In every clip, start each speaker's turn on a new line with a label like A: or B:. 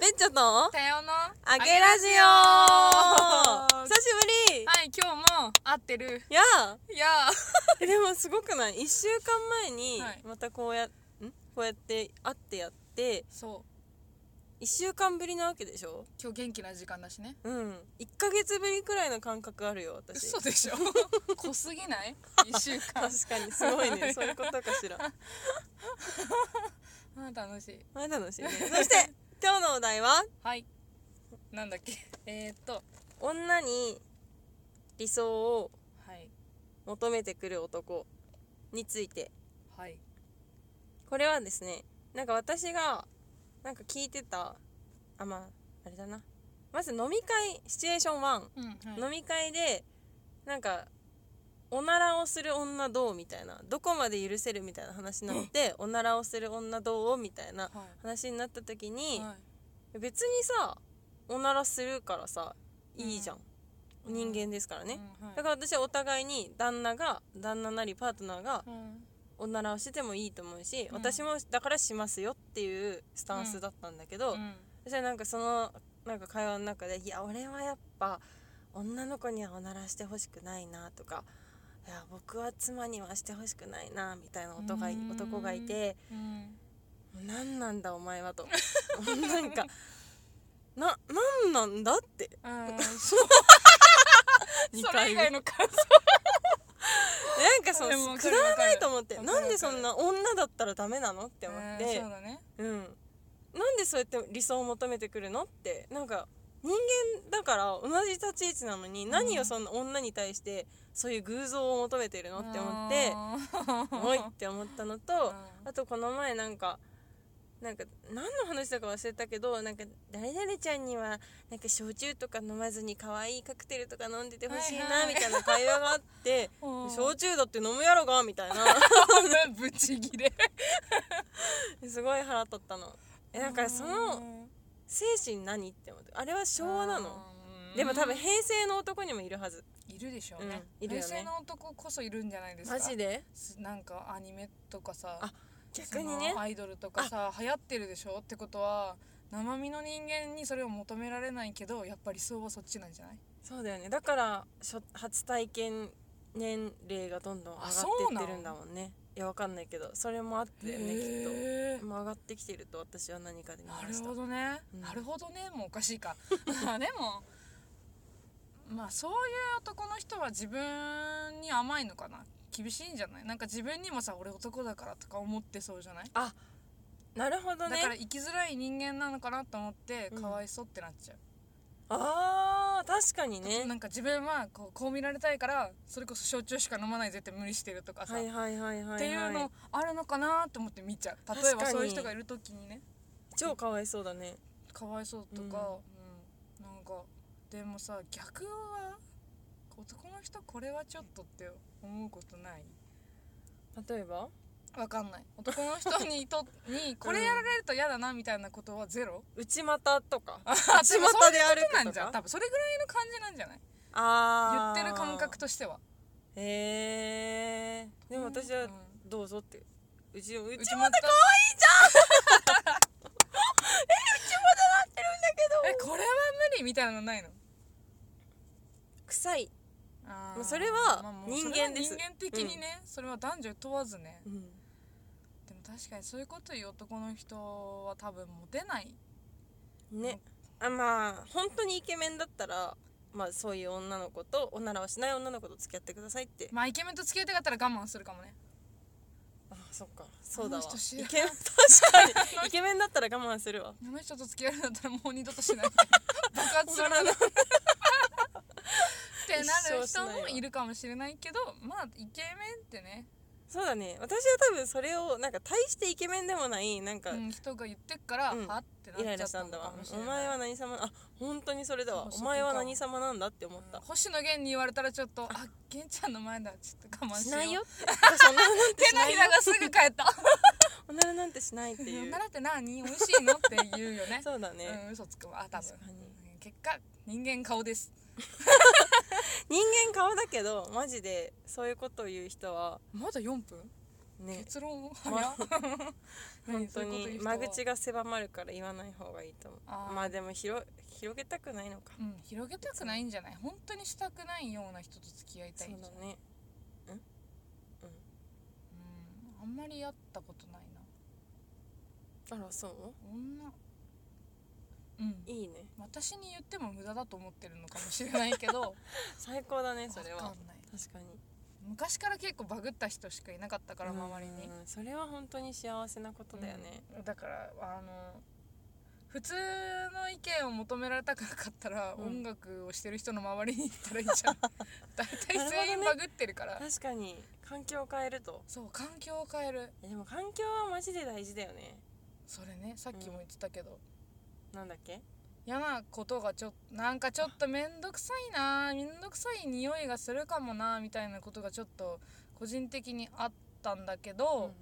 A: ベッチョと
B: 多様の
A: あげラジオ
B: は
A: 久しぶり
B: い今日も合ってる
A: いや
B: いや
A: ーでもすごくない1週間前に
B: はい
A: またこうやんこうやって会ってやって
B: そう
A: 1週間ぶりなわけでしょ
B: 今日元気な時間だしね
A: うん1ヶ月ぶりくらいの感覚あるよ私
B: 嘘 でしょ濃すぎない一週間
A: 確かにすごい ねそういうことかしら
B: あ楽しい
A: まあ楽しい ねそして今日のお題は
B: はいなんだっけえー、っと
A: 女に理想を
B: はい
A: 求めてくる男について
B: はい
A: これはですねなんか私がなんか聞いてたあまああれだなまず飲み会シチュエーション1、
B: うん
A: 飲み会でなんかおならをする女どうみたいなどこまで許せるみたいな話になって おならをする女どうみたいな
B: は
A: 話になった時
B: い
A: に、
B: はい
A: 別にさおならするからさいいじゃん、
B: うん
A: 人間ですからね、
B: うんはい
A: だから私はお互いに旦那が旦那なりパートナーが
B: うん
A: おならをしててもいいと思うし、
B: うん
A: 私もだからしますよっていうスタンスだったんだけど、
B: うん
A: そしたらなんかそのなんか会話の中で「いや俺はやっぱ女の子にはおならしてほしくないな」とか「いや僕は妻にはしてほしくないな」みたいな男がい
B: うん
A: 男がいて
B: うん
A: 「何なんだお前は」ともうなん か「な何なんだ?」って
B: うんそう
A: 二
B: それ以外
A: 目
B: の感想
A: なんかそ
B: でも
A: の
B: わ
A: くだ
B: かるわ
A: ら
B: かる
A: ないと思って
B: わかるわ
A: な
B: かる
A: んでそんな女だったらダメなのって思っ
B: うん
A: て
B: そうだね
A: うん、なんでそうやって理想を求めてくるのってなんか人間だから同じ立ち位置なのに
B: ん
A: 何をそんな女に対してそういう偶像を求めてるのって思って
B: うん
A: 重いって思ったのと
B: うん
A: あとこの前なんかなんか何の話だか忘れたけどなんか誰々ちゃんにはなんか焼酎とか飲まずに可愛いカクテルとか飲んでてほしい
B: はい
A: な
B: は
A: み
B: い
A: たいな会話があって
B: うん
A: 焼酎だって飲むやろがみたいな
B: ブチギレ
A: すごい腹立ったの。えなんかその精神何って思ってあれは昭和なのでも多分平成の男にもいるはず
B: いるでしょうね,、
A: うんいるよね
B: 平成の男こそいるんじゃないですか
A: です
B: なんかアニメとかさ
A: あ逆にね
B: そのアイドルとかさ流行ってるでしょってことは生身の人間にそれを求められないけどやっぱり理想はそっちなんじゃない
A: そうだよねだから初初体験年齢がどんどん上がっ
B: あそう
A: て
B: な
A: っ
B: の
A: てるんだもんねいやわかんないけどそれもあってねきっ
B: へ
A: と
B: ー
A: もう上がってきてると私は何かで見
B: な
A: ま
B: る
A: した
B: ほどね、
A: うん
B: なるほどねもうおかしい かあでもまあそういう男の人は自分に甘いのかな厳しいんじゃないなんか自分にもさ俺男だからとか思ってそうじゃない
A: あなるほどね
B: だから生きづらい人間なのかなと思って
A: うん
B: かわいそうってなっちゃう、
A: あー確かにね
B: なんか自分はこうこう見られたいからそれこそ焼酎しか飲まないぜって無理してるとかさ、
A: はいはいはいはい、はい、
B: っていうのあるのかなと思って見ちゃう例え
A: 確か
B: ば
A: に
B: そういう人がいる時にね
A: 超かわいそうだね
B: かわいそうとか、うんなんかでもさ逆は男の人これはちょっとって思うことない
A: 例えば
B: わかんない男の人 にとにこれやられると嫌だなみたいなことはゼロ、
A: 内股とか
B: あ
A: 内
B: でも
A: 股で歩
B: そうなん
A: くと
B: じゃん
A: か
B: 多分それぐらいの感じなんじゃない言
A: あ
B: って
A: ー
B: る感覚としては
A: へえでも私は
B: うん
A: どうぞってうちうち
B: 内
A: もだってるん
B: 股可
A: だけ
B: 愛いえこれは無理みたいなのないの
A: ど臭い、
B: あ
A: もう
B: ー
A: それは
B: まあもう
A: 人間です
B: それは人間的にね、それは男女問わずねでも確かにそういうこと言う男の人は多分モテない
A: ねあまあ本当にイケメンだったらまあそういう女の子とおならをしない女の子と付き合ってくださいって、
B: まあイケメンと付き合いたかったら我慢するかもね
A: あそっかそうだわ
B: あの人知
A: イ
B: らん
A: ケメン確かにイケメンだったら我慢するわ
B: あの人と付き合えるんだったらもう二度としない 爆発するな
A: おならの
B: ってなる人もいるかもしれないけどまあイケメンってね、
A: そうだね私は多分それをなんか大してイケメンでもないなんか、
B: うん、人が言ってっから、
A: うん
B: はってなっ
A: イライ
B: ちゃ
A: ラ
B: っ
A: したた
B: の
A: ん
B: か
A: だわ
B: もし
A: お
B: れない
A: 前は何様あ本当にそれだわ
B: そう
A: お
B: そこ
A: 前は
B: か
A: 何様なんだって思っ
B: う
A: た
B: ん、星野源に言われたらちょっとあ源ちゃんの前だちょっと我慢し
A: し
B: よう
A: ないよって私そんななんて
B: 手
A: し
B: の
A: ない
B: ひ
A: よ
B: らがすぐ帰 った
A: おならなんてしないってい
B: お
A: う
B: ならって何美味しいのって言うよね
A: そうだね、
B: うん嘘つくわ多分
A: 確かに
B: うん結果人間顔です
A: 人間顔だけどマジでそういうことを言う人は
B: まだ4分
A: ね
B: 結論
A: ま
B: 早っ
A: 本
B: 何そ
A: 当
B: うい
A: に
B: うこと言う人は
A: 間口が狭まるから言わない方がいいと思う
B: あー
A: まあでも広広げたくないのか、
B: うん広げたくないんじゃない本当にしたくないような人と付き合いた
A: そ
B: いん
A: う
B: じゃない
A: だね
B: うんあんまりやったことないな
A: あらそう
B: 女うん
A: いいね
B: 私に言っても無駄だと思ってるのかもしれないけど
A: 最高だねそれ
B: わ
A: は
B: かんない
A: 確かに
B: 昔から結構バグった人しかいなかったから周りに
A: うんそれは本当に幸せなことだよね、
B: うんだからあの普通の意見を求められたくなかったら、
A: うん
B: 音楽をしてる人の周りに行ったらいいじ ゃん大体全員
A: なるほどね
B: バグってるから
A: 確かに環境を変えると
B: そう環境を変える
A: えでも環境はマジで大事だよね
B: それねさっきも言ってたけど、
A: なんだっけ
B: 嫌なことがちょっとなんかちょっと面倒くさいな面倒くさい匂いがするかもなみたいなことがちょっと個人的にあったんだけど、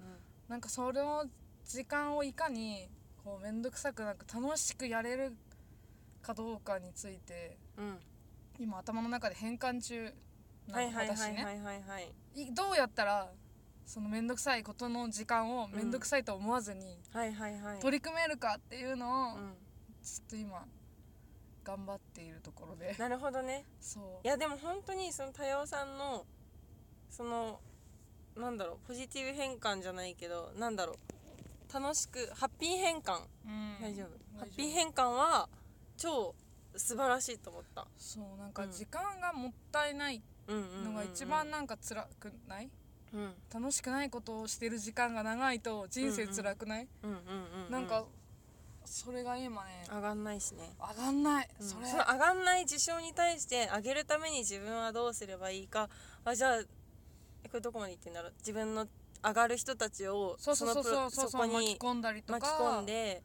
B: なんかその時間をいかにこう面倒くさくなく楽しくやれるかどうかについて
A: うん、うん
B: 今頭の中で変換中な
A: はい
B: の
A: はいはい
B: 私
A: はい
B: ね
A: はいはい
B: いどうやったらその面倒くさいことの時間を面倒くさいと思わずに
A: はいはいはい
B: 取り組めるかっていうのを
A: うん、
B: ちょっと今頑張っているところで
A: なるほどね
B: そう
A: いやでも本当にその多様さんのそのなんだろうポジティブ変換じゃないけどなんだろう楽しくハッピー変換、
B: うん
A: 大丈夫
B: 夫
A: ハッピー変換は超素晴らしいと思った
B: そうなんか
A: うん
B: 時間がもったいない
A: うんうんうんうん
B: のが一番なんか辛くない
A: うんうん
B: 楽しくないことをしてる時間が長いと人生辛くない、
A: うんうん
B: なんかそれが今ね
A: 上がんないしね
B: 上がんない、
A: うん
B: そ
A: そ
B: れ
A: の上がんない事象に対して上げるために自分はどうすればいいかあじゃあえこれどこまで言ってんだろう自分の上がる人たちを
B: そうそうそ
A: の
B: う
A: プ
B: そ
A: ロ
B: うそう
A: そこ
B: 巻
A: に
B: き込んだりとか
A: 巻き込んで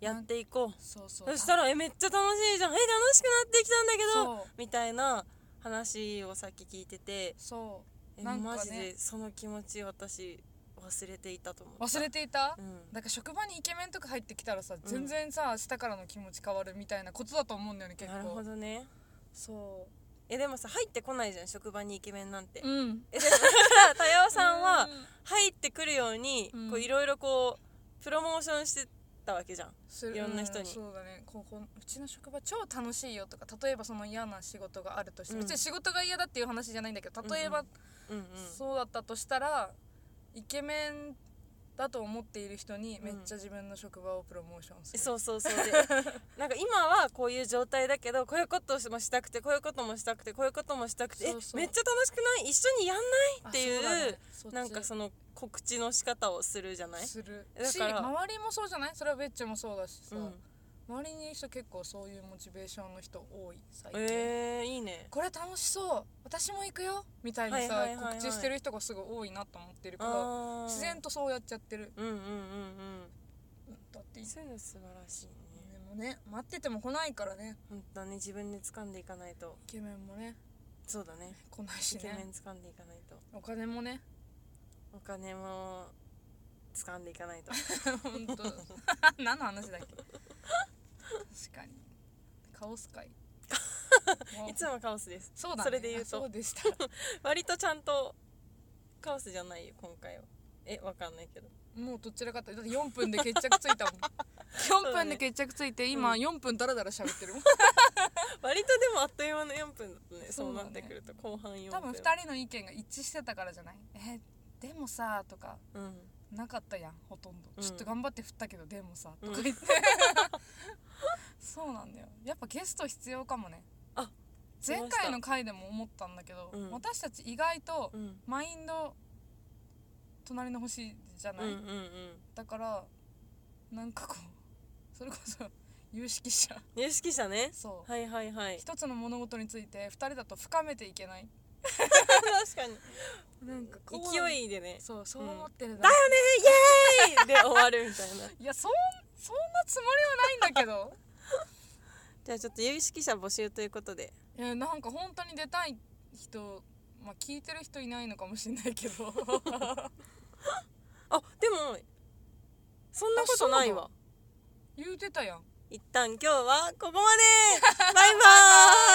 A: やっていこう
B: そうそう
A: そした
B: ら
A: らえめっちゃ楽しいじゃんえ楽しくなってきたんだけど
B: そう
A: みたいな話をさっき聞いてて
B: そ
A: え、
B: なんかね
A: マジでその気持ち私忘れていたと思
B: う
A: う
B: 忘れていた、
A: うん
B: だから職場にイケメンとか入ってきたらさ、全然さ明日からの気持ち変わるみたいなことだと思うんだよね結構
A: なるほどね
B: そ
A: えでもさ入ってこないじゃん職場にイケメンなんて
B: ううん
A: えでも多様さんは
B: うん
A: 入ってくるように
B: うん
A: こういろいろこうプロモーションしてたわけじゃん
B: する
A: いろんな人に
B: うそうだねこうこううちの職場超楽しいよとか例えばその嫌な仕事があるとして、
A: うん
B: 別に仕事が嫌だっていう話じゃないんだけど例えば、
A: うんうんうん
B: そうだったとしたらイケメンだと思っている人に
A: うん
B: めっちゃ自分の職場をプロモーションする、
A: そうそうそう でなんか今はこういう状態だけどこういうことをもしたくてこういうこともしたくてこういうこともしたくて
B: そうそう
A: えめっちゃ楽しくない一緒にやんない
B: あ
A: っていう
B: そだねそっち
A: なんかその告知の仕方をするじゃない、
B: する
A: だから
B: し周りもそうじゃないそれはベッチもそうだしさ、
A: うん、
B: 周りにいる人結構そういうモチベーションの人多い最近、
A: えー、いいね
B: これ楽しそう私も行くよみたいにさ、
A: はいはいはいはい
B: 告知してる人がすごい多いなと思ってるから
A: あー
B: 自然とそうやっちゃってる
A: うんうんうん
B: だっ
A: う
B: て
A: ん
B: いつ
A: そういうの素晴らしいね
B: でもね待ってても来ないからね
A: 本当ね自分で掴んでいかないと
B: イケメンもね
A: そうだね
B: 来ないし
A: イケメ
B: ね
A: ン掴んでいかないと
B: お金もね
A: お金も掴んでいか ないと
B: 本当何の話だっけ確かにカオス会も う
A: いつもカオスです
B: そうだ、ね、
A: それで言うと
B: あそうでした
A: 割とちゃんとカオスじゃないよ今回はえわかんないけど
B: もうどちらかとだって4分で決着つ いたもん4分で決着ついて今
A: うん
B: 4分ダラダラ喋ってるもん
A: 割とでもあっという間の4分だったね
B: そ
A: そうう
B: だ
A: な
B: ね
A: ってくると後半4分
B: 多分2人の意見が一致してたからじゃないえでもさとか
A: 人うん
B: なかったやんほとんど、
A: うん
B: ちょっと頑張って振ったけどでもさ、
A: うん
B: とか言って そうなんだよやっぱゲスト必要かもね
A: あ
B: 前
A: 来まし
B: 回
A: た
B: の回でも思ったんだけど、
A: うん
B: 私たち意外と
A: うん
B: マインド隣の星じゃ
A: う
B: なんい、
A: うんうん
B: だからなんかこう それこそ有識者
A: 有識者ね
B: そう、
A: はいはいはい
B: 一つの物事について二人だと深めていけない
A: 確かに
B: なんかい
A: 勢いでね
B: そうそう
A: うん
B: 思ってる
A: だ
B: な、
A: よねイエーイで終わるみたいない
B: やそんそんなつもりはないんだけど
A: じゃあちょっと有識者募集ということで
B: いやなんか本当に出たい人まあ聞いてる人いないのかもしれないけど
A: あでもそんなことないわ
B: 言うてたやん
A: 一旦今日はここまでバイバーイ